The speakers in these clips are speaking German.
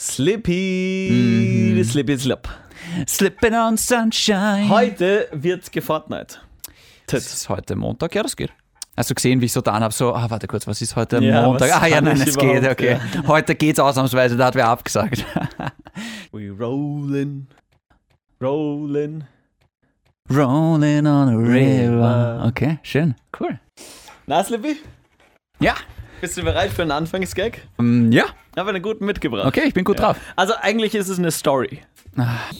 Slippy, Mhm. Slippy Slip. Slipping on sunshine. Heute wird's gefortnight. Das ist heute Montag, ja, das geht. Hast du gesehen, wie ich so da habe, so, ah, warte kurz, was ist heute Ja, Montag? was Ah ja, kann nein, ich es geht, überhaupt, okay. Heute geht's ausnahmsweise, da hat wer abgesagt. We rollin, rollin. Rolling on a river. River. Okay, schön. Cool. Na, Slippy, Ja. bist du bereit für einen Anfangsgag? Mm, Ja, Habe einen guten mitgebracht. okay, ich bin gut drauf. Also eigentlich ist es eine Story.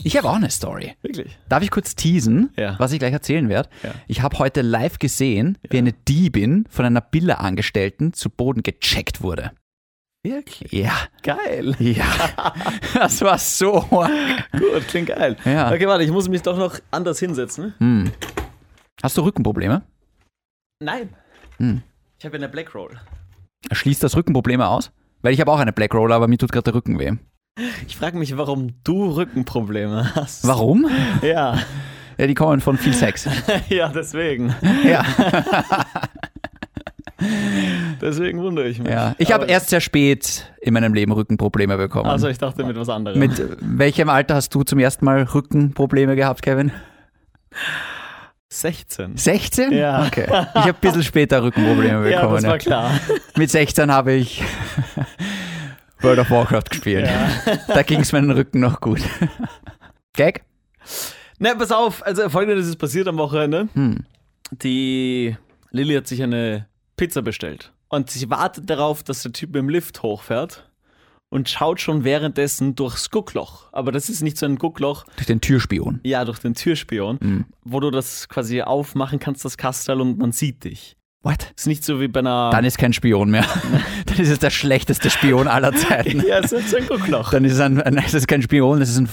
Ich habe auch eine Story. Wirklich? Darf ich kurz teasen, Ja. was ich gleich erzählen werde? Ja. Ich habe heute live gesehen, wie eine Diebin von einer Billa-Angestellten zu Boden gecheckt wurde. Wirklich? Ja, Geil. ja. das war so. arg. Gut, klingt geil. Ja. Okay, warte, ich muss mich doch noch anders hinsetzen. Hm. Hast du Rückenprobleme? Nein. Hm. Ich habe eine Black Roll. Schließt das Rückenprobleme aus? Weil ich habe auch eine Black Roller, aber mir tut gerade der Rücken weh. Ich frage mich, warum du Rückenprobleme hast. Warum? Ja, Ja, die kommen von viel Sex. ja, deswegen. Ja. Deswegen wundere ich mich. Ja, ich habe Aber- erst sehr spät in meinem Leben Rückenprobleme bekommen. Also ich dachte mit was anderem. Mit welchem Alter hast du zum ersten Mal Rückenprobleme gehabt, Kevin? 16. 16? Ja. Okay. Ich habe ein bisschen später Rückenprobleme Ja, bekommen. das war klar. Mit 16 habe ich World of Warcraft gespielt. Da ging es meinen Rücken noch gut. Gag? Na, pass auf, also folgendes ist passiert am Wochenende. Hm. Die Lilly hat sich eine Pizza bestellt. Und sie wartet darauf, dass der Typ mit dem Lift hochfährt und schaut schon währenddessen durchs Guckloch. Aber das ist nicht so ein Guckloch, Durch den Türspion. ja, durch den Türspion, Hm. wo du das quasi aufmachen kannst, das Kastel, und man sieht dich. What? Ist nicht so wie bei einer. Dann ist kein Spion mehr. Dann ist es der schlechteste Spion aller Zeiten. ja, es ist so ein Guckloch. Dann ist es, ein, ein, es ist kein Spion, es ist ein.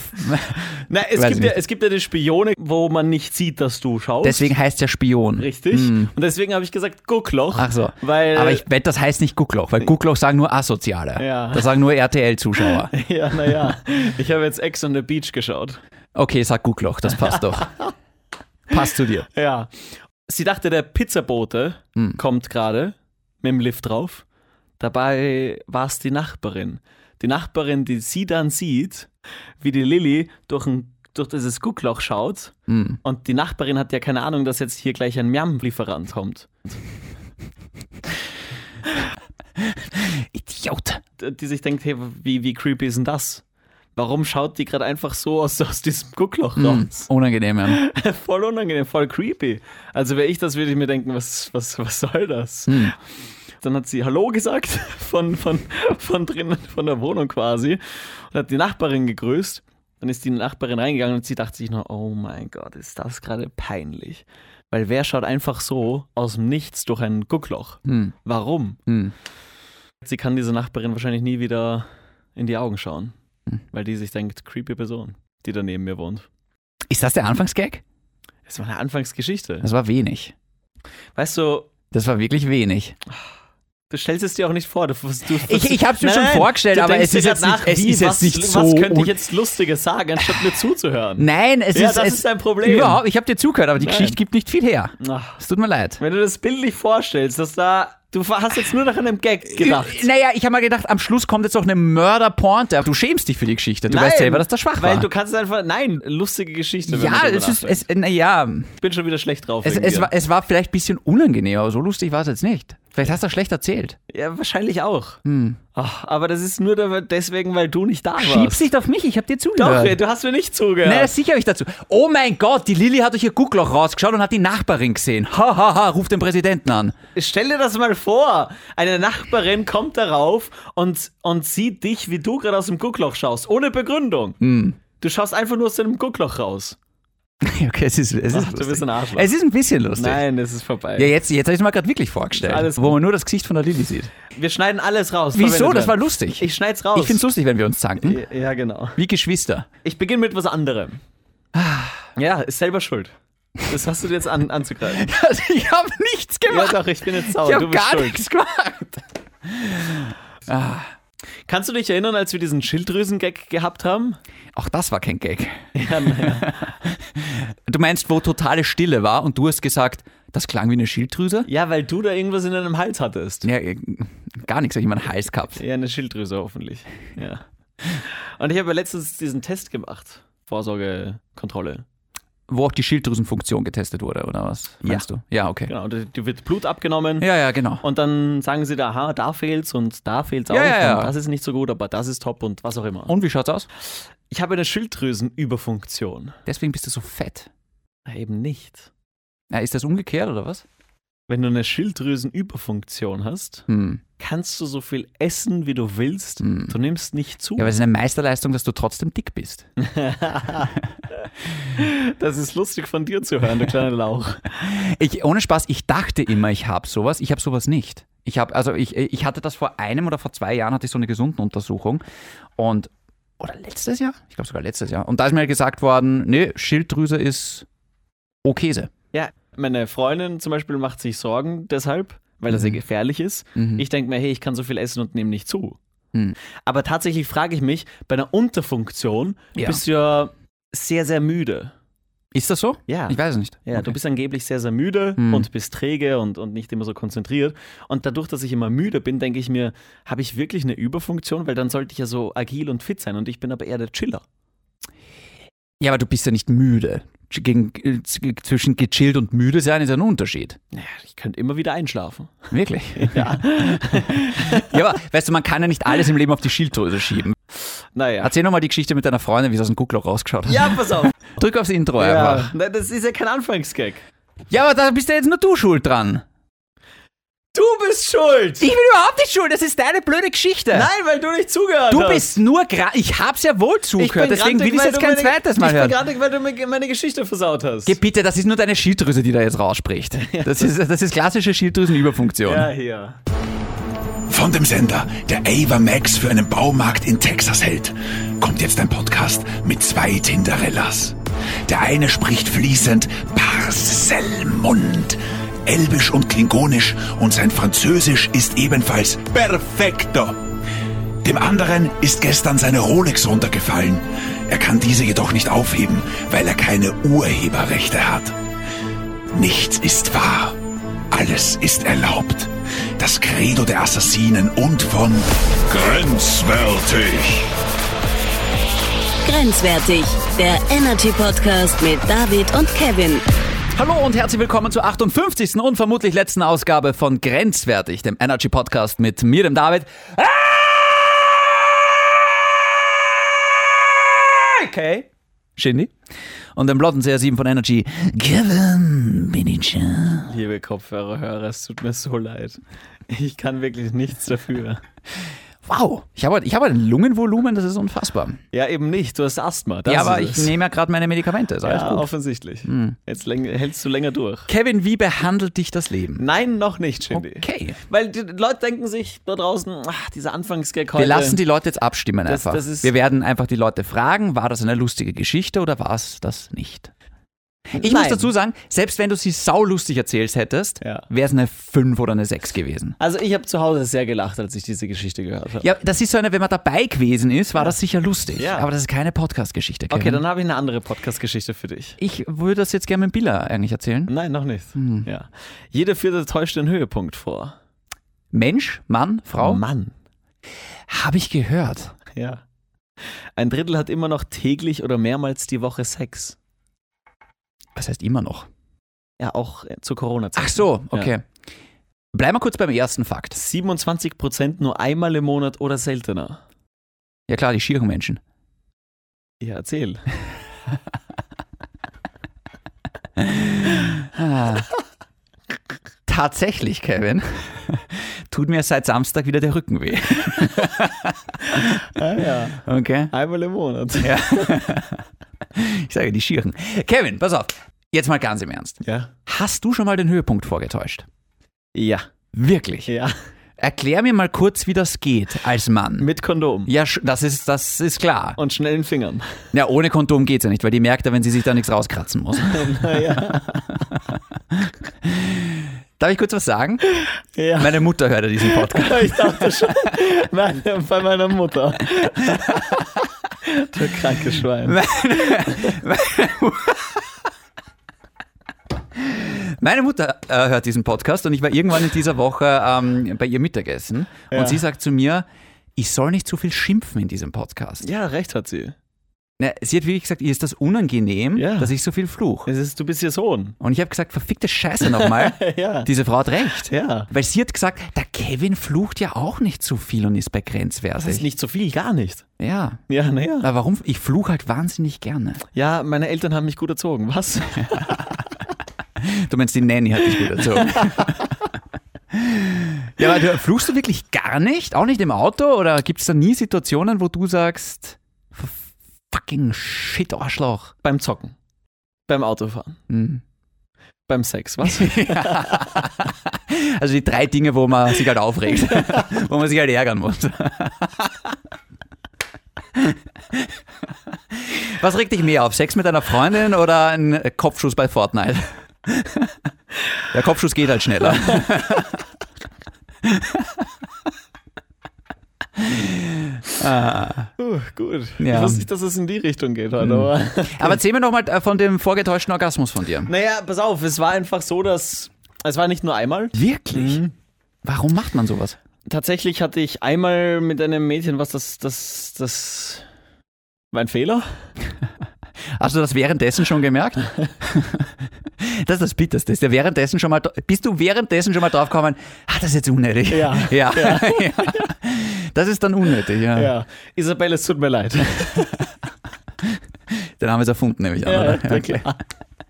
Na, es Weiß gibt, ich ja, es gibt ja die Spione, wo man nicht sieht, dass du schaust. Deswegen heißt er Spion. Richtig. Äh, Hm. Und deswegen habe ich gesagt Guckloch. Ach so. Weil, Aber ich wette, das heißt nicht Guckloch, weil Guckloch sagen nur Asoziale. Äh, Ja. Das sagen nur RTL-Zuschauer. Ja, naja. Ich habe jetzt Ex on the Beach geschaut. Okay, sag Guckloch, das passt doch. passt zu dir. Ja. Sie dachte, der Pizzabote Hm. kommt gerade mit dem Lift drauf. Dabei war es die Nachbarin. Die Nachbarin, die sie dann sieht, wie die Lilly durch, ein, durch dieses Guckloch schaut. Hm. Und die Nachbarin hat ja keine Ahnung, dass jetzt hier gleich ein Miam-Lieferant kommt. Idiot. Die sich denkt, hey, wie, wie creepy ist denn das? Warum schaut die gerade einfach so aus, aus diesem Guckloch Hm. raus? Unangenehm, Mann. voll unangenehm, voll creepy. Also wäre ich das, würde ich mir denken, was, was, was soll das? Hm. Dann hat sie Hallo gesagt von, von, von drinnen, von der Wohnung quasi und hat die Nachbarin gegrüßt. Dann ist die Nachbarin reingegangen und sie dachte sich nur, oh mein Gott, ist das gerade peinlich. Weil wer schaut einfach so aus dem Nichts durch ein Guckloch? Hm. Warum? Hm. Sie kann diese Nachbarin wahrscheinlich nie wieder in die Augen schauen, weil die sich denkt, creepy Person, die da neben mir wohnt. Ist das der Anfangsgag? Das war eine Anfangsgeschichte. Das war wenig. Weißt du, Das war wirklich wenig. Du stellst es dir auch nicht vor. Du, du, du, Ich- ich hab's mir schon vorgestellt, du aber denkst es ist dir jetzt grad nicht- es ist jetzt was, nicht Was so könnte un- ich jetzt Lustiges sagen, anstatt mir zuzuhören? Nein, es Ja, ist. das es, ist ein Problem. Überhaupt, ich habe dir zugehört, aber die Nein. Geschichte gibt nicht viel her. Ach, Es tut mir leid. wenn du das bildlich vorstellst, dass da. Du hast jetzt nur nach einem Gag gedacht. Naja, ich habe mal gedacht, am Schluss kommt jetzt auch eine Mörder-Pointe. Du schämst dich für die Geschichte. Du weißt Nein, selber, dass das schwach Weil war. du kannst einfach. Nein, lustige Geschichte. wenn man ja, drüber es ist, nachdenkt. es, naja, ich bin schon wieder schlecht drauf. es, wegen es, dir. war, es war vielleicht ein bisschen unangenehm, aber so lustig war es jetzt nicht. Vielleicht hast du das schlecht erzählt. ja, wahrscheinlich auch. Hm. Ach, aber das ist nur da- deswegen, weil du nicht da warst. Schiebst nicht auf mich, ich habe dir Doch, zugehört. du hast mir nicht zugehört. Naja, sicher habe ich dazu. Oh mein Gott, die Lilly hat durch ihr Guckloch rausgeschaut und hat die Nachbarin gesehen. Ha, ha, ha, ruft den Präsidenten an. Stell dir das mal vor. Eine Nachbarin kommt darauf und, und sieht dich, wie du gerade aus dem Guckloch schaust. Ohne Begründung. Hm. Du schaust einfach nur aus deinem Guckloch raus. Okay, es ist, es ist Ach, du lustig. bist ein Arschloch. Es ist ein bisschen lustig. Nein, es ist vorbei. Ja, jetzt, jetzt habe ich es mir gerade wirklich vorgestellt, Alles wo man nur das Gesicht von der Lilly sieht. Wir schneiden alles raus. Wieso? verwendet Das war werden. lustig. Ich schneid's raus. Ich finde es lustig, wenn wir uns zanken. Ja, genau. Wie Geschwister. Ich beginne mit was anderem. Ah. Ja, ist selber schuld. Das hast du dir jetzt an, anzugreifen. Also ich habe nichts Ja gemacht. doch, ich bin jetzt sauer. ich du habe bist gar schuld. nichts gemacht. Kannst du dich erinnern, als wir diesen Schilddrüsen-Gag gehabt haben? Auch das war kein Gag. Du meinst, wo totale Stille war und du hast gesagt, das klang wie eine Schilddrüse? Ja, weil du da irgendwas in deinem Hals hattest. Ja, äh, gar nichts, hab ich meinen Hals gehabt. Ja, eine Schilddrüse hoffentlich. Ja. Und ich habe ja letztens diesen Test gemacht. Vorsorgekontrolle. Wo auch die Schilddrüsenfunktion getestet wurde, oder was? Meinst du? Ja, okay. Genau, da da wird Blut abgenommen. Ja, ja, genau. Und dann sagen sie da, aha, da fehlt's und da fehlt's auch. Ja, ja, ja. Und das ist nicht so gut, aber das ist top und was auch immer. Und wie schaut's aus? Ich habe eine Schilddrüsenüberfunktion. Deswegen bist du so fett. Na, Eben nicht. Ja, ist das umgekehrt, oder was? Wenn du eine Schilddrüsenüberfunktion hast, Hm. kannst du so viel essen, wie du willst. Hm. Du nimmst nicht zu. Ja, aber es ist eine Meisterleistung, dass du trotzdem dick bist. das ist lustig von dir zu hören, du kleiner Lauch. Ich, ohne Spaß, ich dachte immer, ich habe sowas. Ich habe sowas nicht. Ich habe, also ich, ich hatte das vor einem oder vor zwei Jahren hatte ich so eine gesunden Untersuchung und oder letztes Jahr? Ich glaube sogar letztes Jahr. Und da ist mir gesagt worden, nee, Schilddrüse ist Okese. Ja, meine Freundin zum Beispiel macht sich Sorgen deshalb, weil das Mhm. sehr gefährlich ist. Mhm. Ich denke mir, hey, ich kann so viel essen und nehme nicht zu. Mhm. Aber tatsächlich frage ich mich, bei einer Unterfunktion Ja. bist du ja sehr, sehr müde. Ist das so? Ja. Ich weiß es nicht. Ja, Okay. du bist angeblich sehr, sehr müde Hm. und bist träge und, und nicht immer so konzentriert. Und dadurch, dass ich immer müde bin, denke ich mir, habe ich wirklich eine Überfunktion? Weil dann sollte ich ja so agil und fit sein und ich bin aber eher der Chiller. Ja, aber du bist ja nicht müde. Ch- Gegen, äh, z- zwischen gechillt und müde sein ist ein Unterschied. Naja, ich könnte immer wieder einschlafen. Wirklich. Ja. ja, aber weißt du, man kann ja nicht alles im Leben auf die Schilddrüse schieben. naja. Erzähl nochmal die Geschichte mit deiner Freundin, wie sie aus dem Guckloch rausgeschaut hat. Ja, pass auf. Drück aufs Intro Ja. einfach. Nein, das ist ja kein Anfangsgag. Ja, aber da bist ja jetzt nur du schuld dran. Du bist schuld! Ich bin überhaupt nicht schuld, das ist deine blöde Geschichte. Nein, weil du nicht zugehört Du hast. bist nur gerade. Ich hab's ja wohl Ich bin zugehört, deswegen grantig, will ich weil jetzt du kein meine- zweites Mal ich hören. Ich bin grantig, weil du mir meine Geschichte versaut hast. Geh bitte, das ist nur deine Schilddrüse, die da jetzt rausspricht. Das ist, das ist klassische Schilddrüsenüberfunktion. ja, hier. Von dem Sender, der Ava Max für einen Baumarkt in Texas hält, kommt jetzt ein Podcast mit zwei Tinderellas. Der eine spricht fließend Parselmund, Elbisch und Klingonisch und sein Französisch ist ebenfalls perfekto. Dem anderen ist gestern seine Rolex runtergefallen. Er kann diese jedoch nicht aufheben, weil er keine Urheberrechte hat. Nichts ist wahr. Alles ist erlaubt. Das Credo der Assassinen und von Grenzwertig. Grenzwertig, der Energy Podcast mit David und Kevin. Hallo und herzlich willkommen zur 58. und vermutlich letzten Ausgabe von Grenzwertig, dem Energy Podcast mit mir, dem David. Ah! Okay. Shindy. Und dem blonden CR7 von Energy, Kevin Binicha. Liebe Kopfhörer-Hörer, es tut mir so leid. Ich kann wirklich nichts dafür. Wow, ich habe ich habe ein Lungenvolumen, das ist unfassbar. Ja, eben nicht. Du hast Asthma. Das ja, aber ich ist es. nehme ja gerade meine Medikamente, ist alles Ja, gut. Hm. offensichtlich. Jetzt läng- hältst du länger durch. Kevin, wie behandelt dich das Leben? Nein, noch nicht, Shindy. Okay. Weil die Leute denken sich da draußen, ach, dieser Anfangsgag heute. Wir lassen die Leute jetzt abstimmen Das- einfach. das ist- wir werden einfach die Leute fragen, war das eine lustige Geschichte oder war es das nicht? Ich muss Nein. dazu sagen, selbst wenn du sie saulustig erzählt hättest, Ja. wäre es eine 5 oder eine 6 gewesen. Also ich habe zu Hause sehr gelacht, als ich diese Geschichte gehört habe. Ja, das ist so eine, wenn man dabei gewesen ist, war das sicher lustig. Ja. Aber das ist keine Podcast-Geschichte. Okay, Kevin. dann habe ich eine andere Podcast-Geschichte für dich. Ich würde das jetzt gerne mit Billa eigentlich erzählen. Hm. Nein, noch nicht. Mhm. Ja. Jeder Vierte täuscht den Höhepunkt vor. Oh Mensch, Mann, Frau, Mann. habe ich gehört. Ja. Ein Drittel hat immer noch täglich oder mehrmals die Woche Sex. Was heißt immer noch? Ja, auch äh, zur Corona-Zeit. Ach so, okay. Ja. Bleiben wir kurz beim ersten Fakt. 27 Prozent nur einmal im Monat oder seltener. Ja klar, die schieren Menschen. Ja, erzähl. Tatsächlich, Kevin, tut mir seit Samstag wieder der Rücken weh. Ah, ja. Okay. Einmal im Monat. Ich sage die Schieren. Kevin, pass auf. Jetzt mal ganz im Ernst. Ja. Hast du schon mal den Höhepunkt vorgetäuscht? Ja. Wirklich? Ja. Erklär mir mal kurz, wie das geht als Mann. Mit Kondom. Ja, sch- das ist, das ist klar. Und schnellen Fingern. Ja, ohne Kondom geht's ja nicht, weil die merkt ja, wenn sie sich da nichts rauskratzen muss. Naja. Darf ich kurz was sagen? Ja. Meine Mutter hört ja diesen Podcast. Ich dachte schon. Nein, bei meiner Mutter. Du kranke Schwein. Meine Mutter äh, hört diesen Podcast und ich war irgendwann in dieser Woche ähm, bei ihr Mittagessen und sie sagt zu mir, ich soll nicht zu viel schimpfen in diesem Podcast. Ja, recht hat sie. Na, sie hat wirklich gesagt, ihr ist das unangenehm, Ja. dass ich so viel fluche. Es ist, du bist ihr Sohn. Und ich habe gesagt, verfickte Scheiße nochmal. Ja. Diese Frau hat recht. ja. Weil sie hat gesagt, der Kevin flucht ja auch nicht so viel und ist bei Das ist grenzwertig. nicht so viel, gar nicht. Ja. Ja, naja. Aber warum? Ich fluche halt wahnsinnig gerne. Ja, meine Eltern haben mich gut erzogen. Was? Du meinst, die Nanny hat dich gut erzogen. ja, aber du, fluchst du wirklich gar nicht? Auch nicht im Auto? Oder gibt es da nie Situationen, wo du sagst, "F- fucking shit, Arschloch? beim Zocken. Beim Autofahren. Hm. Beim Sex. Was? Also die drei Dinge, wo man sich halt aufregt, wo man sich halt ärgern muss. Was regt dich mehr auf? Sex mit einer Freundin oder ein Kopfschuss bei Fortnite? Der Kopfschuss geht halt schneller. Puh, gut. Ja. Ich wusste nicht, dass es in die Richtung geht heute. Aber Aber erzähl mir nochmal von dem vorgetäuschten Orgasmus von dir. naja, pass auf, es war einfach so, dass. Es war nicht nur einmal. Wirklich? Warum macht man sowas? Tatsächlich hatte ich einmal mit einem Mädchen was, das. Das. Das. War ein Fehler? Hast du das währenddessen schon gemerkt? Das ist das Bitterste. Ist dir währenddessen schon mal, dr- bist du währenddessen schon mal draufgekommen, ah, das ist jetzt unnötig. Ja. Ja. ja. Das ist dann unnötig, ja. Ja. Isabelle, es tut mir leid. Den haben wir es erfunden, nämlich ich an, oder? ja, klar.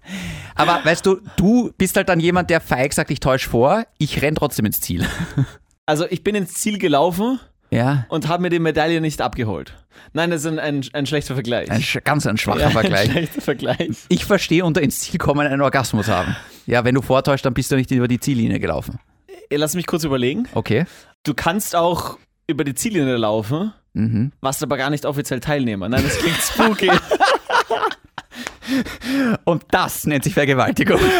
Aber weißt du, du bist halt dann jemand, der feig sagt, ich täusche vor, ich renn trotzdem ins Ziel. Also, ich bin ins Ziel gelaufen Ja. und habe mir die Medaille nicht abgeholt. Nein, das ist ein, ein, ein schlechter Vergleich. Ein, sch- ganz ein schwacher Ja, Vergleich. Ein schlechter Vergleich. Ich verstehe unter ins Ziel kommen einen Orgasmus haben. Ja, wenn du vortäuscht, dann bist du nicht über die Ziellinie gelaufen. Ey, Lass mich kurz überlegen. Okay. Du kannst auch über die Ziellinie laufen, Mhm. warst aber gar nicht offiziell Teilnehmer. Nein, das klingt spooky. Und das nennt sich Vergewaltigung.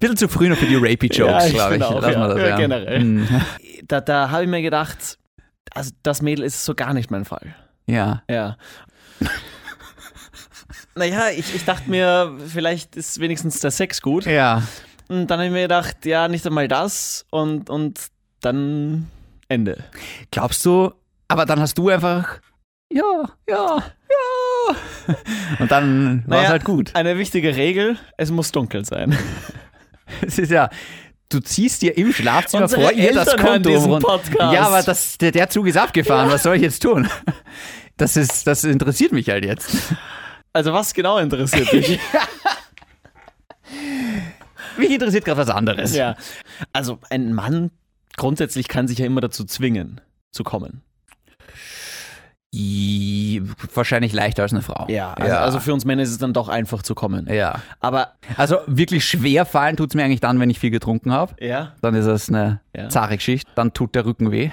Bisschen zu früh noch für die Rapey-Jokes, glaube ich. finde auch, Lass mal das, ja. generell. Mhm. Da, da habe ich mir gedacht, also das Mädel ist so gar nicht mein Fall. Ja. Ja. naja, ich, ich dachte mir, vielleicht ist wenigstens der Sex gut. Ja. Und dann habe ich mir gedacht, ja, nicht einmal das und, und dann Ende. Glaubst du, aber dann hast du einfach. Ja, ja, ja. Und dann war es Naja, halt gut. Eine wichtige Regel, es muss dunkel sein. Es ist ja. Du ziehst dir im Schlafzimmer Unsere vor ihr das Eltern hören Konto diesen rund- Podcast. Ja, aber das, der, der Zug ist abgefahren. Was soll ich jetzt tun? Das, ist, das interessiert mich halt jetzt. Also was genau interessiert dich? Mich interessiert gerade was anderes. ja. Also ein Mann grundsätzlich kann sich ja immer dazu zwingen, zu kommen. I- Wahrscheinlich leichter als eine Frau. Ja, also, also für uns Männer ist es dann doch einfach zu kommen. ja. Aber Also wirklich schwer fallen tut es mir eigentlich dann, wenn ich viel getrunken habe. ja, Dann ist das eine Ja. zahre Geschichte. Dann tut der Rücken weh.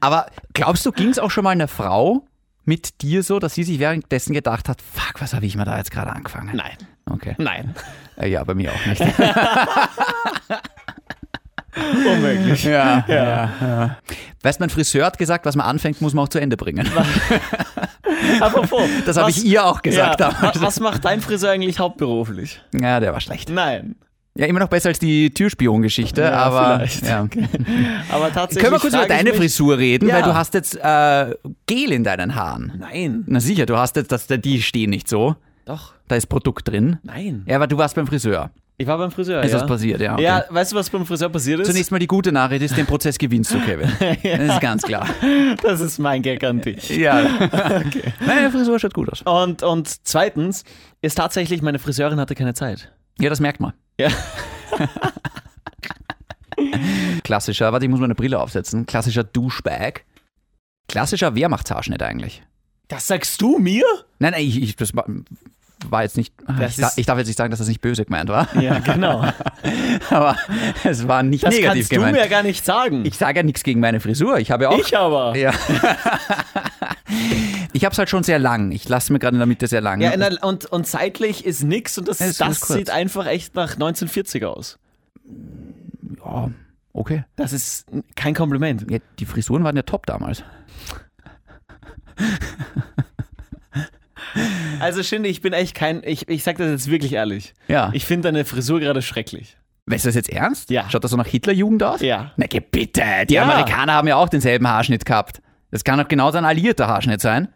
Aber glaubst du, ging es auch schon mal einer Frau mit dir so, dass sie sich währenddessen gedacht hat, fuck, was habe ich mir da jetzt gerade angefangen? nein, Okay. nein, Äh, Ja, bei mir auch nicht. unmöglich. ja, ja. ja. Weißt du, mein Friseur hat gesagt, was man anfängt, muss man auch zu Ende bringen. Apropos, Das habe was- ich ihr auch gesagt ja, damals. wa- Was macht dein Friseur eigentlich hauptberuflich? Ja, der war schlecht. Nein, Ja, immer noch besser als die Türspion-Geschichte, Ja, aber. vielleicht. Ja. aber tatsächlich. Können wir kurz über frage ich deine mich- Frisur reden, Ja. weil du hast jetzt äh, Gel in deinen Haaren. Nein, Na sicher, du hast jetzt, das, die stehen nicht so. doch, Da ist Produkt drin. nein. Ja, aber du warst beim Friseur. Ich war beim Friseur. Ist ja. was passiert, ja. okay. Ja, weißt du, was beim Friseur passiert ist? Zunächst mal die gute Nachricht ist, den Prozess gewinnst du, Kevin. Das ist ganz klar. das ist mein Gag an dich. Ja. Nein, die Frisur schaut gut aus. Und, und zweitens ist tatsächlich, meine Friseurin hatte keine Zeit. Ja, das merkt man. Ja. Klassischer, warte, ich muss meine Brille aufsetzen. Klassischer Douchebag. Klassischer Wehrmachtshaarschnitt eigentlich. Das sagst du mir? Nein, nein, ich, ich das war, war jetzt nicht. ah, Das Ich, da, ist- ich darf jetzt nicht sagen, dass das nicht böse gemeint war. Ja, genau. Aber es war nicht Das negativ kannst gemeint. du mir gar nicht sagen. ich sage ja nichts gegen meine Frisur. Ich habe ja auch. Ich aber. ja. ich habe es halt schon sehr lang. Ich lasse mir gerade in der Mitte sehr lang. Ja, na, und, und zeitlich ist nix und das, Ja, ist ganz das kurz. sieht einfach echt nach 1940 aus. ja, oh, okay. Das ist n- kein Kompliment. Ja, die Frisuren waren ja top damals. Also Schinde, ich bin echt kein, ich, ich sag das jetzt wirklich ehrlich. Ja. Ah. Ich finde deine Frisur gerade schrecklich. Weißt du das jetzt ernst? Ja. Schaut das so nach Hitlerjugend aus? Ja. Na geh bitte, die Ja. Amerikaner haben ja auch denselben Haarschnitt gehabt. Das kann doch genau sein alliierter Haarschnitt sein.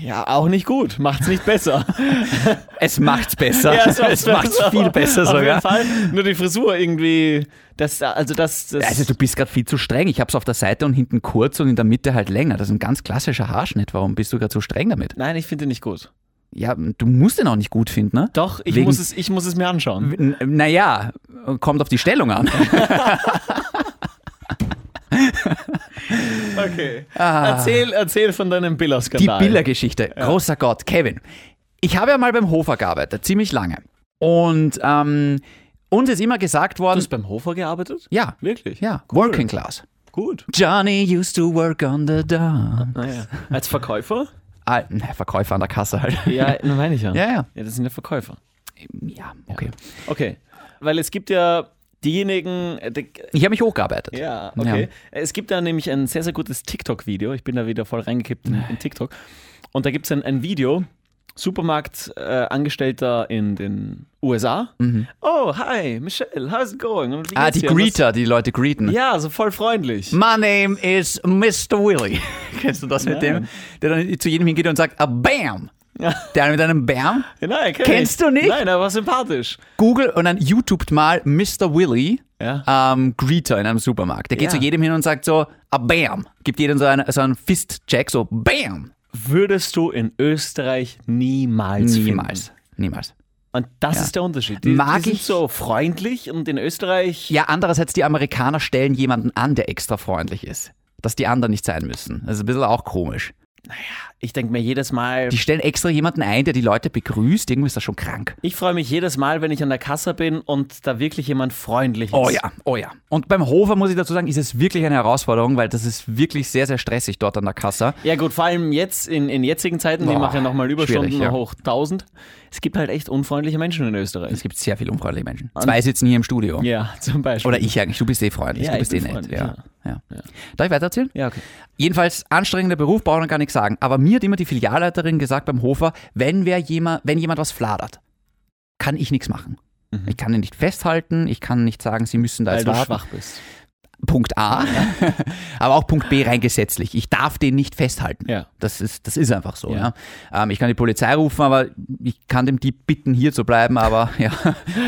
Ja, auch nicht gut. Macht's nicht besser. Es macht's besser. Ja, es macht's viel besser Auf jeden sogar. Fall. Nur die Frisur irgendwie. Das, also das, das Also du bist gerade viel zu streng. Ich hab's auf der Seite und hinten kurz und in der Mitte halt länger. Das ist ein ganz klassischer Haarschnitt. Warum bist du gerade so streng damit? Nein, ich finde nicht gut. Ja, du musst den auch nicht gut finden, ne? Doch, ich Wegen- muss, es, ich muss es mir anschauen. N- Naja, kommt auf die Stellung an. Okay. Ah. Erzähl, erzähl von deinem Die Biller-Skandal. Billergeschichte. Großer Gott, Kevin. Ich habe ja mal beim Hofer gearbeitet, ziemlich lange. Und ähm, uns ist immer gesagt Du worden, hast beim Hofer gearbeitet? ja, Wirklich? ja, Cool. Working Class. Gut. Johnny used to work on the dock. Naja. Als Verkäufer? Ah, na, Verkäufer an der Kasse halt. Ja, na, meine ich ja. Ja, ja. Ja, das sind ja Verkäufer. Ja, okay. Okay. Weil es gibt ja diejenigen, äh, die- Ich habe mich hochgearbeitet. Ja, okay. Es gibt da nämlich ein sehr, sehr gutes TikTok-Video. Ich bin da wieder voll reingekippt in, in TikTok. Und da gibt es ein, ein Video. Supermarktangestellter äh, Angestellter in den USA. Oh, hi, Michelle, how's it going? Und wie Mhm. Ah, geht's die dir? Und das- Greeter, Mhm. die Leute greeten. Ja, so voll freundlich. My name is Mr. Willy. Kennst du das mit Nein. dem, der dann zu jedem hingeht und sagt, ah, bam. Ja. Der mit einem bam. Nein, kenn Kennst ich. du nicht? Nein, aber sympathisch. Google und dann YouTubet mal Mr. Willy Ja. ähm, Greeter in einem Supermarkt. Der geht Ja. zu jedem hin und sagt so, ah, bam. Gibt jedem so einen, so einen Fist-Check, so bam. Würdest du in Österreich niemals Niemals. Finden. Niemals. Und das ist der Unterschied. Die, Mag die sind ich- so freundlich und in Österreich Ja, andererseits, die Amerikaner stellen jemanden an, der extra freundlich ist. Dass die anderen nicht sein müssen. Das ist ein bisschen auch komisch. ich denke mir jedes Mal, Die stellen extra jemanden ein, der die Leute begrüßt. Irgendwie ist das schon krank. Ich freue mich jedes Mal, wenn ich an der Kasse bin und da wirklich jemand freundlich ist. Oh ja, oh ja. Und beim Hofer muss ich dazu sagen, ist es wirklich eine Herausforderung, weil das ist wirklich sehr, sehr stressig dort an der Kasse. Ja gut, vor allem jetzt in, in jetzigen Zeiten, die Boah, machen ja nochmal Überstunden schwierig, ja. hoch 1000. Es gibt halt echt unfreundliche Menschen in Es Österreich. gibt sehr viele unfreundliche Menschen. Zwei sitzen hier im Studio. Ja, zum Beispiel. Oder ich eigentlich. Du bist eh freundlich. Ja, du ich bist bin eh nett. freundlich, Ja. Ja. Darf ich weitererzählen? Ja, okay. Jedenfalls anstrengender Beruf, braucht man gar nichts sagen. Aber mir hat immer die Filialleiterin gesagt beim Hofer, wenn, wer jemand, wenn jemand was fladert, kann ich nichts machen. Ich kann ihn nicht festhalten, ich kann nicht sagen, sie müssen da Mhm. Weil jetzt du warten. schwach bist. Punkt A, aber auch Punkt B rein gesetzlich. Ich darf den nicht festhalten. Ja. Das, ist, das ist einfach so. Ja. Ja. Ähm, ich kann die Polizei rufen, aber ich kann dem Dieb bitten, hier zu bleiben, aber ja,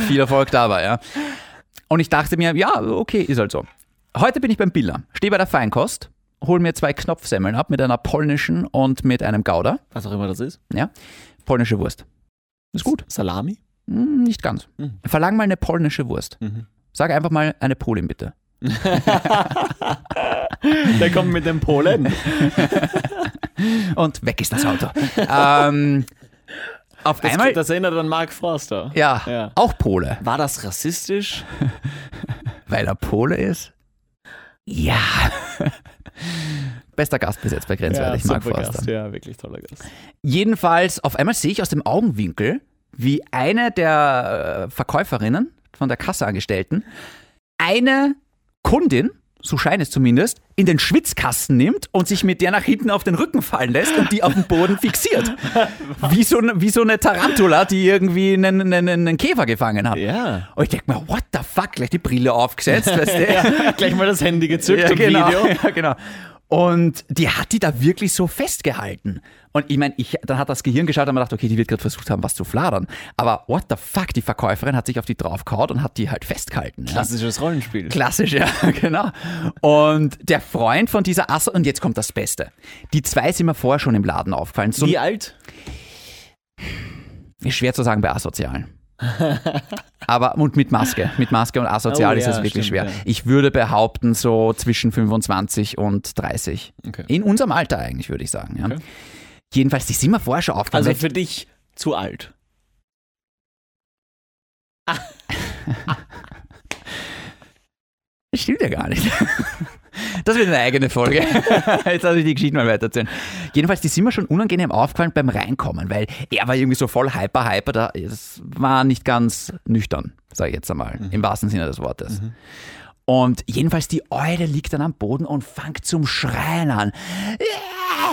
viel Erfolg dabei. Ja. Und ich dachte mir, ja, okay, ist halt so. Heute bin ich beim Biller, stehe bei der Feinkost, hole mir zwei Knopfsemmeln ab mit einer polnischen und mit einem Gouda. Was auch immer das ist. Ja. Polnische Wurst. Ist gut. Salami? Hm, nicht ganz. Mhm. Verlang mal eine polnische Wurst. Mhm. Sag einfach mal eine Polin bitte. Der kommt mit dem Polen. Und weg ist das Auto. ähm, auf Das, einmal, das erinnert an Mark Forster. ja, Ja. auch Pole. War das rassistisch? Weil er Pole ist? Ja. Bester Gast bis jetzt bei Grenzwertig, Mark super Forster. Gast. Ja, wirklich toller Gast. Jedenfalls, auf einmal sehe ich aus dem Augenwinkel, wie eine der äh, Verkäuferinnen von der Kasseangestellten eine Kundin, so scheint es zumindest, in den Schwitzkasten nimmt und sich mit der nach hinten auf den Rücken fallen lässt und die auf den Boden fixiert. Wie so, ne- wie so eine Tarantula, die irgendwie einen, einen, einen Käfer gefangen hat. Ja. Und ich denke mir, what the fuck, gleich die Brille aufgesetzt, weißt du? Gleich mal das Handy gezückt im genau, Video. Ja, genau. Und die hat die da wirklich so festgehalten. Und ich meine, ich, dann hat das Gehirn geschaut und man dachte, okay, die wird gerade versucht haben, was zu fladern. Aber what the fuck, die Verkäuferin hat sich auf die draufgehauen und hat die halt festgehalten. Ja. Klassisches Rollenspiel. Klassisch, ja, genau. Und der Freund von dieser Asse, und jetzt kommt das Beste. Die zwei sind mir vorher schon im Laden aufgefallen. So Wie alt? ist schwer zu sagen bei asozialen. Aber und mit Maske, mit Maske und asozial Oh, ist ja, es stimmt, wirklich schwer. ja. Ich würde behaupten so zwischen 25 und 30. Okay. In unserem Alter eigentlich würde ich sagen. Ja. Okay. Jedenfalls, die sind mir vorher schon aufgefallen. Also weil- für dich zu alt. Das stimmt ja gar nicht. Das wird eine eigene Folge. Jetzt lasse ich die Geschichte mal weiterzählen. Jedenfalls, die sind mir schon unangenehm aufgefallen beim Reinkommen, weil er war irgendwie so voll hyper, hyper. Da, das war nicht ganz nüchtern, sage ich jetzt einmal, Mhm. im wahrsten Sinne des Wortes. Und jedenfalls, die Eule liegt dann am Boden und fängt zum Schreien an.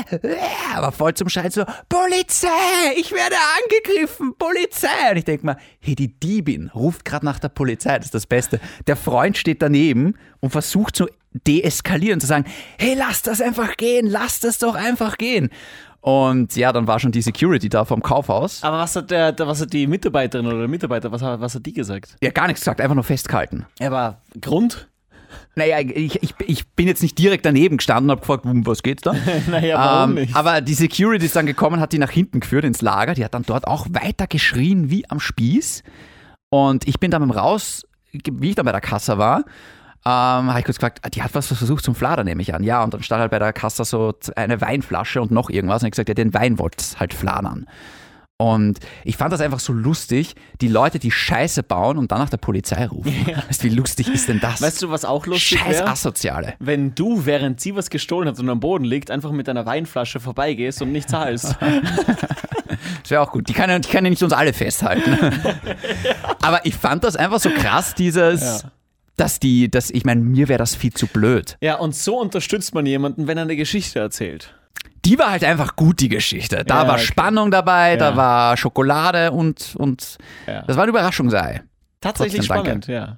Ja, äh, aber voll zum Schreien so, Polizei, ich werde angegriffen, Polizei. Und ich denke mir, hey, die Diebin ruft gerade nach der Polizei, das ist das Beste. Der Freund steht daneben und versucht zu deeskalieren, zu sagen, hey, lass das einfach gehen, lass das doch einfach gehen. Und ja, dann war schon die Security da vom Kaufhaus. Aber was hat, der, der- was hat die Mitarbeiterin oder der Mitarbeiter, was, hat- was hat die gesagt? Ja, gar nichts gesagt, einfach nur festgehalten. Er war Grund? Naja, ich, ich, ich bin jetzt nicht direkt daneben gestanden und habe gefragt, um was geht's da? Naja, warum Ähm, nicht? Aber die Security ist dann gekommen, hat die nach hinten geführt ins Lager. Die hat dann dort auch weiter geschrien wie am Spieß. Und ich bin dann beim Raus, wie ich dann bei der Kasse war, ähm, habe ich kurz gefragt, die hat was versucht zum Flader, nehme ich an. Ja, und dann stand halt bei der Kasse so eine Weinflasche und noch irgendwas. Und ich gesagt, ja, den Wein wollt halt fladern. Und ich fand das einfach so lustig, die Leute, die Scheiße bauen und dann nach der Polizei rufen. Weißt, du, wie lustig ist denn das? Weißt du, was auch lustig Scheiß wäre? Asoziale. Wenn du, während sie was gestohlen hat und am Boden liegt, einfach mit einer Weinflasche vorbeigehst und nicht zahlst. Das wäre auch gut. Die kann, ja- die kann ja nicht uns alle festhalten. Aber ich fand das einfach so krass, dieses, dass die, dass, ich meine, mir wäre das viel zu blöd. ja, und so unterstützt man jemanden, wenn er eine Geschichte erzählt. Die war halt einfach gut, die Geschichte. Da Ja, war okay. Spannung dabei, Ja. da war Schokolade und, und Ja. das war eine Überraschung sei. Tatsächlich Trotzdem danke. spannend, ja.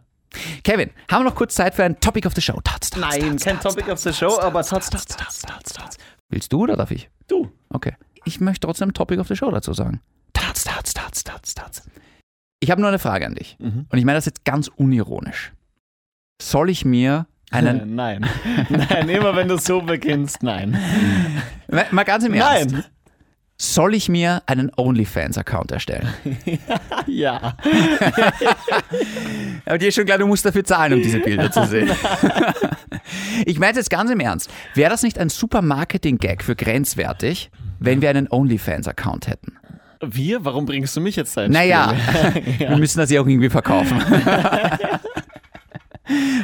Kevin, haben wir noch kurz Zeit für ein Topic of the Show? Tats, tats, Nein, tats, kein tats, Topic tats. of the Show, aber tats, tats, tats, tats, tats. Willst du oder darf ich? Du, Okay. Ich möchte trotzdem Topic of the Show dazu sagen. Tats, tats, tats, tats, tats. Ich habe nur eine Frage an dich. Mhm. Und ich meine das jetzt ganz unironisch. Soll ich mir einen. Äh, nein. Nein, immer wenn du so beginnst, nein. Ma- Mal ganz im Ernst. Nein. Soll ich mir einen OnlyFans-Account erstellen? Ja. Aber dir ist schon klar, du musst dafür zahlen, um diese Bilder zu sehen. ich meine es jetzt ganz im Ernst. Wäre das nicht ein super Marketing-Gag für grenzwertig, wenn wir einen OnlyFans-Account hätten? Wir? Warum bringst du mich jetzt da ins Naja, Spiel? wir müssen das ja auch irgendwie verkaufen.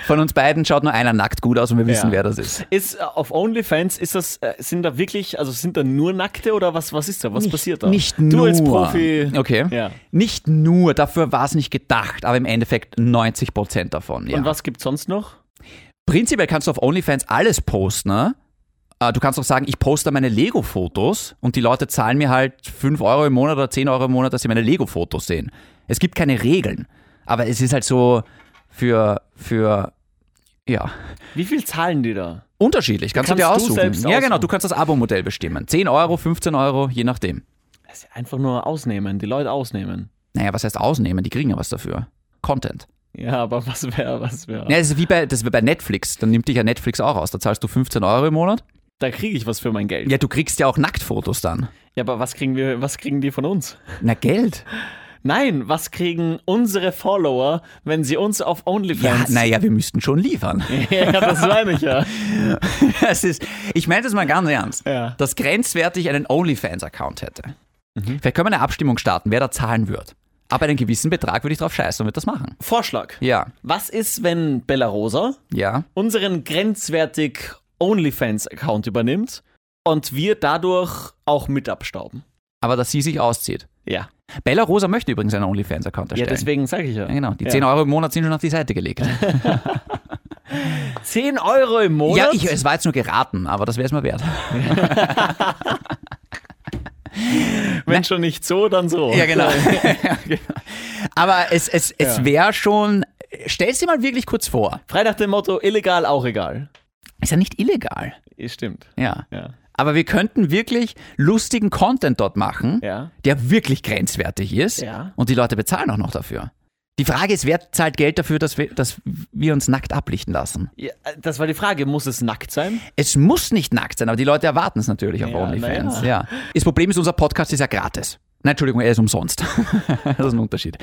Von uns beiden schaut nur einer nackt gut aus und wir wissen, Ja. wer das ist. Ist äh, auf OnlyFans ist das äh, sind da wirklich also sind da nur nackte oder was was ist da was passiert da? Nicht du nur. als Profi. Okay. Ja. Nicht nur, dafür war es nicht gedacht, aber im Endeffekt 90 Prozent davon. Ja. Und was gibt's sonst noch? Prinzipiell kannst du auf OnlyFans alles posten, ne? Äh, Du kannst auch sagen, ich poste meine Lego-Fotos und die Leute zahlen mir halt 5 Euro im Monat oder 10 Euro im Monat, dass sie meine Lego-Fotos sehen. Es gibt keine Regeln, aber es ist halt so für, für, ja, Wie viel zahlen die da? unterschiedlich. Kannst, kannst du dir du aussuchen. selbst ja, genau, aussuchen. du kannst das Abo-Modell bestimmen. 10 Euro, 15 Euro, je nachdem. Das ist ja einfach nur ausnehmen, die Leute ausnehmen. Naja, was heißt ausnehmen? Die kriegen ja was dafür. Content. Ja, aber was wäre was wäre? Ja, das ist wie bei, das ist wie bei Netflix. Dann nimmt dich ja Netflix auch aus. Da zahlst du 15 Euro im Monat. Da kriege ich was für mein Geld. Ja, du kriegst ja auch Nacktfotos dann. Ja, aber was kriegen wir was kriegen die von uns? Na, Geld. Nein, was kriegen unsere Follower, wenn sie uns auf Ja, OnlyFans? naja, wir müssten schon liefern. ja das meine ich ja. Das ist, ich meine das mal ganz ernst. Ja. Dass grenzwertig einen OnlyFans-Account hätte. Mhm. Vielleicht können wir eine Abstimmung starten, wer da zahlen wird. Ab einem gewissen Betrag würde ich drauf scheißen und würde das machen. Vorschlag. Ja, Was ist, wenn Bella Rosa ja. unseren grenzwertig OnlyFans-Account übernimmt und wir dadurch auch mit abstauben. Aber dass sie sich auszieht. Ja. Bella Rosa möchte übrigens einen OnlyFans-Account Ja, erstellen. deswegen sage ich ja. Ja, genau. Die 10 Euro im Monat sind schon auf die Seite gelegt. 10 Euro im Monat? Ja, ich, es war jetzt nur geraten, aber das wäre es mir wert. Wenn schon nicht so, dann so. Ja, genau. Ja, genau. Aber es, es, es Ja. wäre schon. Stell dir mal wirklich kurz vor. Frei nach dem Motto, illegal auch egal. Ist ja nicht illegal. Eh, Stimmt. Ja. Ja. Aber wir könnten wirklich lustigen Content dort machen, Ja. der wirklich grenzwertig ist. Ja. Und die Leute bezahlen auch noch dafür. Die Frage ist, wer zahlt Geld dafür, dass wir, dass wir uns nackt ablichten lassen? ja. äh, Das war die Frage, muss es nackt sein? Es muss nicht nackt sein, aber die Leute erwarten es natürlich auf Ja, OnlyFans. na Ja. Das Problem ist, unser Podcast ist ja gratis. Nein, Entschuldigung, er ist umsonst. das ist ein Unterschied.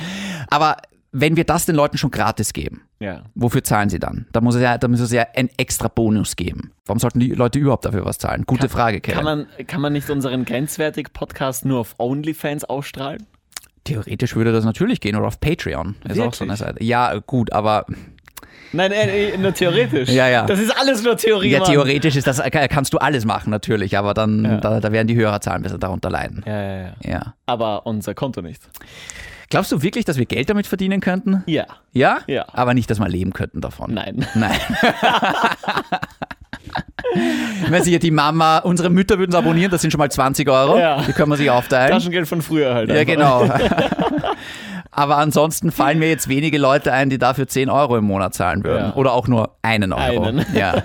Aber wenn wir das den Leuten schon gratis geben, Ja. wofür zahlen sie dann? Da muss es ja, da muss es ja einen extra Bonus geben. Warum sollten die Leute überhaupt dafür was zahlen? Gute Frage, Kevin. Kann man, kann man nicht unseren grenzwertig Podcast nur auf OnlyFans ausstrahlen? Theoretisch würde das natürlich gehen oder auf Patreon. Ist auch so eine Wirklich? Seite. Ja, gut, aber Nein, äh, äh, nur theoretisch. Ja, ja. Das ist alles nur Theorie. ja, Mann. theoretisch ist das, äh, kannst du alles machen natürlich, aber dann da, da werden die Hörerzahlen ein bisschen darunter leiden. Ja, ja, ja. Ja. Aber unser Konto nicht. Glaubst du wirklich, dass wir Geld damit verdienen könnten? Ja. Ja? Ja. Aber nicht, dass wir leben könnten davon. Nein. Nein. Wenn sich die Mama, unsere Mütter würden es abonnieren, das sind schon mal 20 Euro. Ja. Die können wir sich aufteilen. Taschengeld von früher halt. Ja, einfach. genau. Aber ansonsten fallen mir jetzt wenige Leute ein, die dafür 10 Euro im Monat zahlen würden. Ja. Oder auch nur einen Euro. Einen. Ja.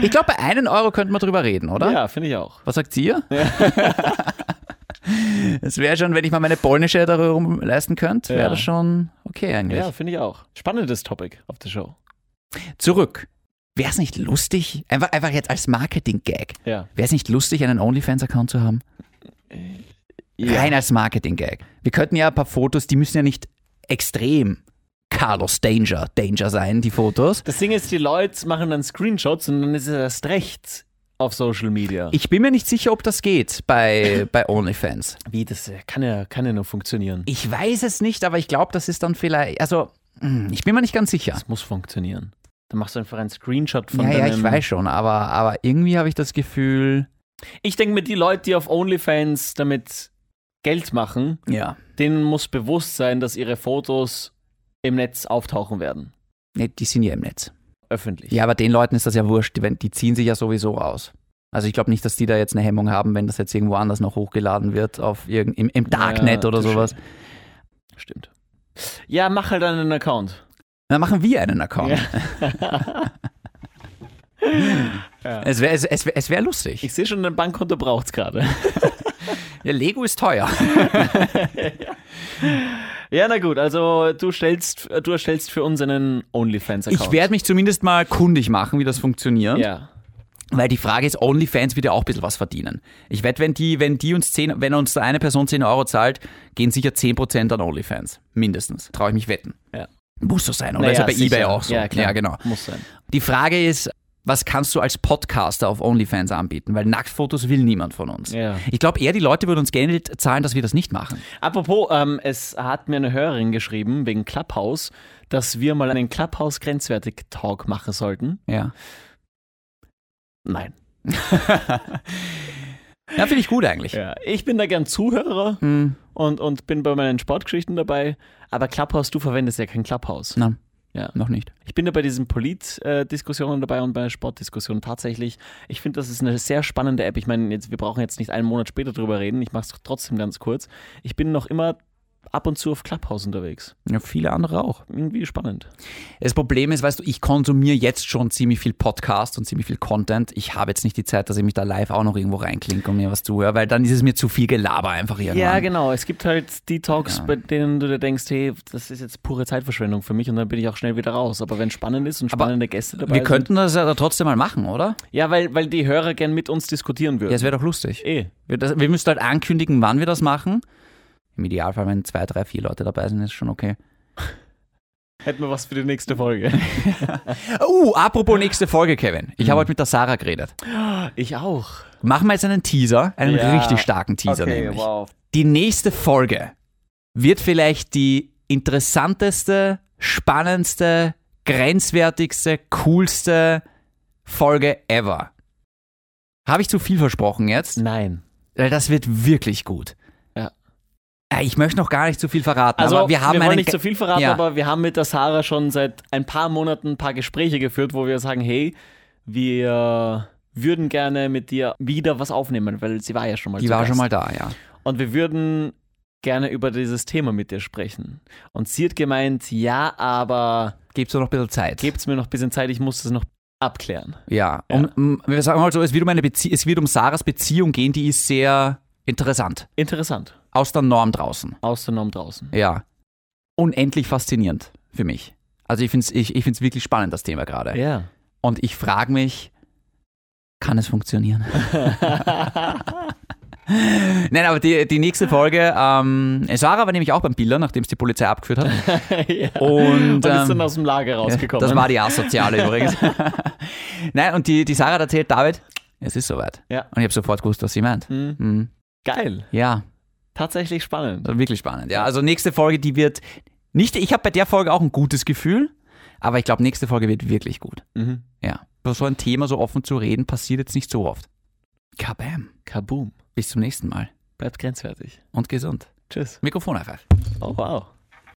Ich glaube, bei einen Euro könnten wir drüber reden, oder? Ja, finde ich auch. Was sagt ihr? Es wäre schon, wenn ich mal meine polnische darum leisten könnte, wäre Ja. das schon okay eigentlich. Ja, finde ich auch. Spannendes Topic auf der Show. Zurück. Wäre es nicht lustig, einfach, einfach jetzt als Marketing-Gag, Ja. wäre es nicht lustig, einen OnlyFans-Account zu haben? Rein als Marketing-Gag. Wir könnten ja ein paar Fotos, die müssen ja nicht extrem Carlos Danger, Danger sein, die Fotos. Das Ding ist, die Leute machen dann Screenshots und dann ist es erst recht auf Social Media. Ich bin mir nicht sicher, ob das geht bei, bei OnlyFans. Wie, das äh, kann ja, kann ja nur funktionieren. Ich weiß es nicht, aber ich glaube, das ist dann vielleicht, also hm, ich bin mir nicht ganz sicher. Das muss funktionieren. Dann machst du einfach einen Screenshot von Ja, ja, deinem... ich weiß schon, aber, aber irgendwie habe ich das Gefühl, Ich denke mir, die Leute, die auf OnlyFans damit Geld machen, ja, denen muss bewusst sein, dass ihre Fotos im Netz auftauchen werden. nee, die sind ja im Netz. Öffentlich. Ja, aber den Leuten ist das ja wurscht, die, die ziehen sich ja sowieso raus. Also ich glaube nicht, dass die da jetzt eine Hemmung haben, wenn das jetzt irgendwo anders noch hochgeladen wird, auf irgend, im, im Darknet Ja, oder touché. sowas. Stimmt. Ja, mach halt einen Account. Dann machen wir einen Account. Es wäre es, es wär, es wär lustig. Ich sehe schon, dein Bankkonto braucht's gerade. ja, Lego ist teuer. Ja, na gut, also du stellst, du erstellst für uns einen OnlyFans-Account. Ich werde mich zumindest mal kundig machen, wie das funktioniert. Ja. Weil die Frage ist, OnlyFans wird ja auch ein bisschen was verdienen. Ich wette, wenn die, wenn die uns 10, wenn uns da eine Person 10 Euro zahlt, gehen sicher 10% an OnlyFans. Mindestens. Traue ich mich wetten. Ja. Muss so sein, oder? Naja, ist ja bei sicher. Ebay auch so. Ja, klar. genau. Muss sein. Die Frage ist, was kannst du als Podcaster auf OnlyFans anbieten? Weil Nacktfotos will niemand von uns. Ja. Ich glaube eher, die Leute würden uns Geld zahlen, dass wir das nicht machen. Apropos, ähm, es hat mir eine Hörerin geschrieben wegen Clubhouse, dass wir mal einen Clubhouse-Grenzwertig-Talk machen sollten. Ja. Nein. Ja, finde ich gut eigentlich. Ja, ich bin da gern Zuhörer Hm, und, und bin bei meinen Sportgeschichten dabei. Aber Clubhouse, du verwendest ja kein Clubhouse. nein. Ja. Noch nicht. Ich bin da bei diesen Polit-Diskussionen dabei und bei Sportdiskussionen tatsächlich. Ich finde, das ist eine sehr spannende App. Ich meine, jetzt, wir brauchen jetzt nicht einen Monat später drüber reden. Ich mache es trotzdem ganz kurz. Ich bin noch immer ab und zu auf Clubhouse unterwegs. Ja, viele andere auch. Irgendwie spannend. Das Problem ist, weißt du, ich konsumiere jetzt schon ziemlich viel Podcast und ziemlich viel Content. Ich habe jetzt nicht die Zeit, dass ich mich da live auch noch irgendwo reinklinke und mir was zuhöre, weil dann ist es mir zu viel Gelaber einfach irgendwann. Ja, genau. Es gibt halt die Talks, Ja. bei denen du dir denkst, hey, das ist jetzt pure Zeitverschwendung für mich und dann bin ich auch schnell wieder raus. Aber wenn spannend ist und Aber spannende Gäste dabei Wir könnten das ja da trotzdem mal machen, oder? sind. Ja, weil, weil die Hörer gern mit uns diskutieren Ja, würden. es wäre doch lustig. eh. Wir, das, wir müssen halt ankündigen, wann wir das machen. Im Idealfall, wenn zwei, drei, vier Leute dabei sind, ist schon okay. Hätten wir was für die nächste Folge. Oh, apropos nächste Folge, Kevin. Ich Mhm. habe heute mit der Sarah geredet. ich auch. Machen wir jetzt einen Teaser, einen Ja. richtig starken Teaser nämlich. wow. Die nächste Folge wird vielleicht die interessanteste, spannendste, grenzwertigste, coolste Folge ever. Habe ich zu viel versprochen jetzt? Nein. Weil Das wird wirklich gut. Mhm. Ja. Äh, Ich möchte noch gar nicht zu viel verraten, Also, aber wir haben wollen einen nicht ge- zu viel verraten, Ja. aber wir haben mit der Sarah schon seit ein paar Monaten ein paar Gespräche geführt, wo wir sagen, hey, wir würden gerne mit dir wieder was aufnehmen, weil sie war ja schon mal Die zu war Gast. schon mal da, ja. Und wir würden gerne über dieses Thema mit dir sprechen. Und sie hat gemeint, ja, aber Gibst du noch ein bisschen Zeit? gebt's mir noch ein bisschen Zeit, ich muss das noch abklären. ja. Um, um, wir sagen mal so, es wird um, eine Bezie es wird um Sarahs Beziehung gehen, die ist sehr interessant. Interessant. Aus der Norm draußen. Ausgenommen draußen. Ja. Unendlich faszinierend für mich. Also ich finde es ich, ich find's wirklich spannend, das Thema gerade. Ja. Und ich frage mich, kann es funktionieren? Nein, aber die, die nächste Folge, ähm, Sarah war nämlich auch beim Biller, nachdem es die Polizei abgeführt hat. ja. Und, Und ist dann ähm, aus dem Lager rausgekommen. das war die Asoziale übrigens. Nein, und die, die Sarah hat erzählt, David, es ist soweit. Ja. Und ich habe sofort gewusst, was sie meint. Mhm. Mhm. Geil. Ja, Tatsächlich spannend. Das war wirklich spannend. Ja, also nächste Folge, die wird nicht. Ich habe bei der Folge auch ein gutes Gefühl, aber ich glaube, nächste Folge wird wirklich gut. Mhm. Ja. Über so ein Thema so offen zu reden, passiert jetzt nicht so oft. Kabam. Kaboom. Bis zum nächsten Mal Bleibt grenzwertig. und gesund. Tschüss. Mikrofon einfach. Oh, wow.